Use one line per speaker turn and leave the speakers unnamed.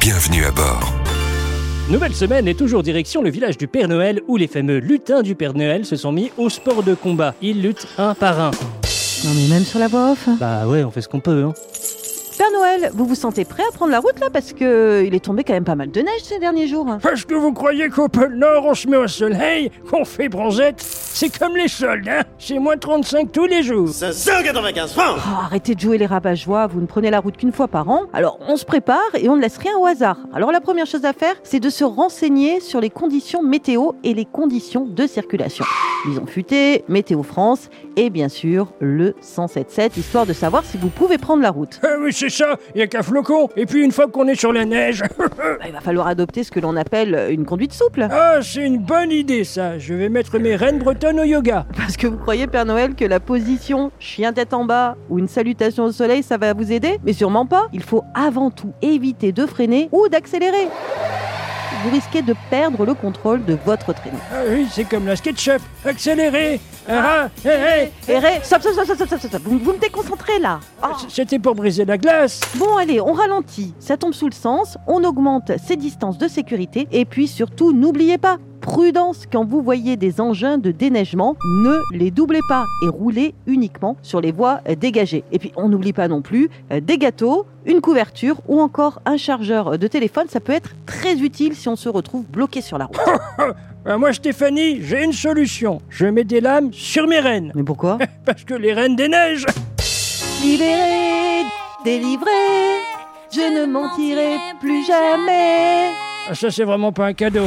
Bienvenue à bord.
Nouvelle semaine et toujours direction le village du Père Noël où les fameux lutins du Père Noël se sont mis au sport de combat. Ils luttent un par un.
Non mais même sur la voix off.
Bah ouais, on fait ce qu'on peut. Hein.
Père Noël, vous vous sentez prêt à prendre la route là parce que euh, il est tombé quand même pas mal de neige ces derniers jours. hein.
Parce que vous croyez qu'au pôle Nord on se met au soleil, qu'on fait bronzette C'est comme les soldes, hein C'est moins 35 tous les jours.
595 francs
Oh, arrêtez de jouer les rabat joie vous ne prenez la route qu'une fois par an. Alors on se prépare et on ne laisse rien au hasard. Alors la première chose à faire, c'est de se renseigner sur les conditions météo et les conditions de circulation. Bison futé, Météo France et bien sûr le 1077 histoire de savoir si vous pouvez prendre la route.
Ah oui, c'est ça, y a qu'un flocon. Et puis une fois qu'on est sur la neige.
Bah, il va falloir adopter ce que l'on appelle une conduite souple.
ah, c'est une bonne idée ça. Je vais mettre mes reines bretonnes au yoga.
Parce que vous croyez, Père Noël, que la position chien tête en bas ou une salutation au soleil, ça va vous aider Mais sûrement pas. Il faut avant tout éviter de freiner ou d'accélérer. Vous risquez de perdre le contrôle de votre traîneau.
Ah oui, c'est comme la SketchUp. Accéléré. Ah, ah, hé, hé.
Errez Eh, Stop, stop, stop, stop, stop, stop, stop. Vous, vous me déconcentrez là Ah.
C'était pour briser la glace.
Bon, allez, on ralentit, ça tombe sous le sens, on augmente ses distances de sécurité et puis surtout, n'oubliez pas, prudence quand vous voyez des engins de déneigement, ne les doublez pas et roulez uniquement sur les voies euh, dégagées. Et puis, on n'oublie pas non plus euh, des gâteaux, une couverture ou encore un chargeur de téléphone, ça peut être très utile si on se retrouve bloqué sur la route.
Ah, moi, Stéphanie, j'ai une solution. Je mets des lames sur mes rennes.
Mais pourquoi
Parce que les rennes des neiges.
Libéré, délivré, je ne mentirai plus jamais.
Ah, ça, c'est vraiment pas un cadeau.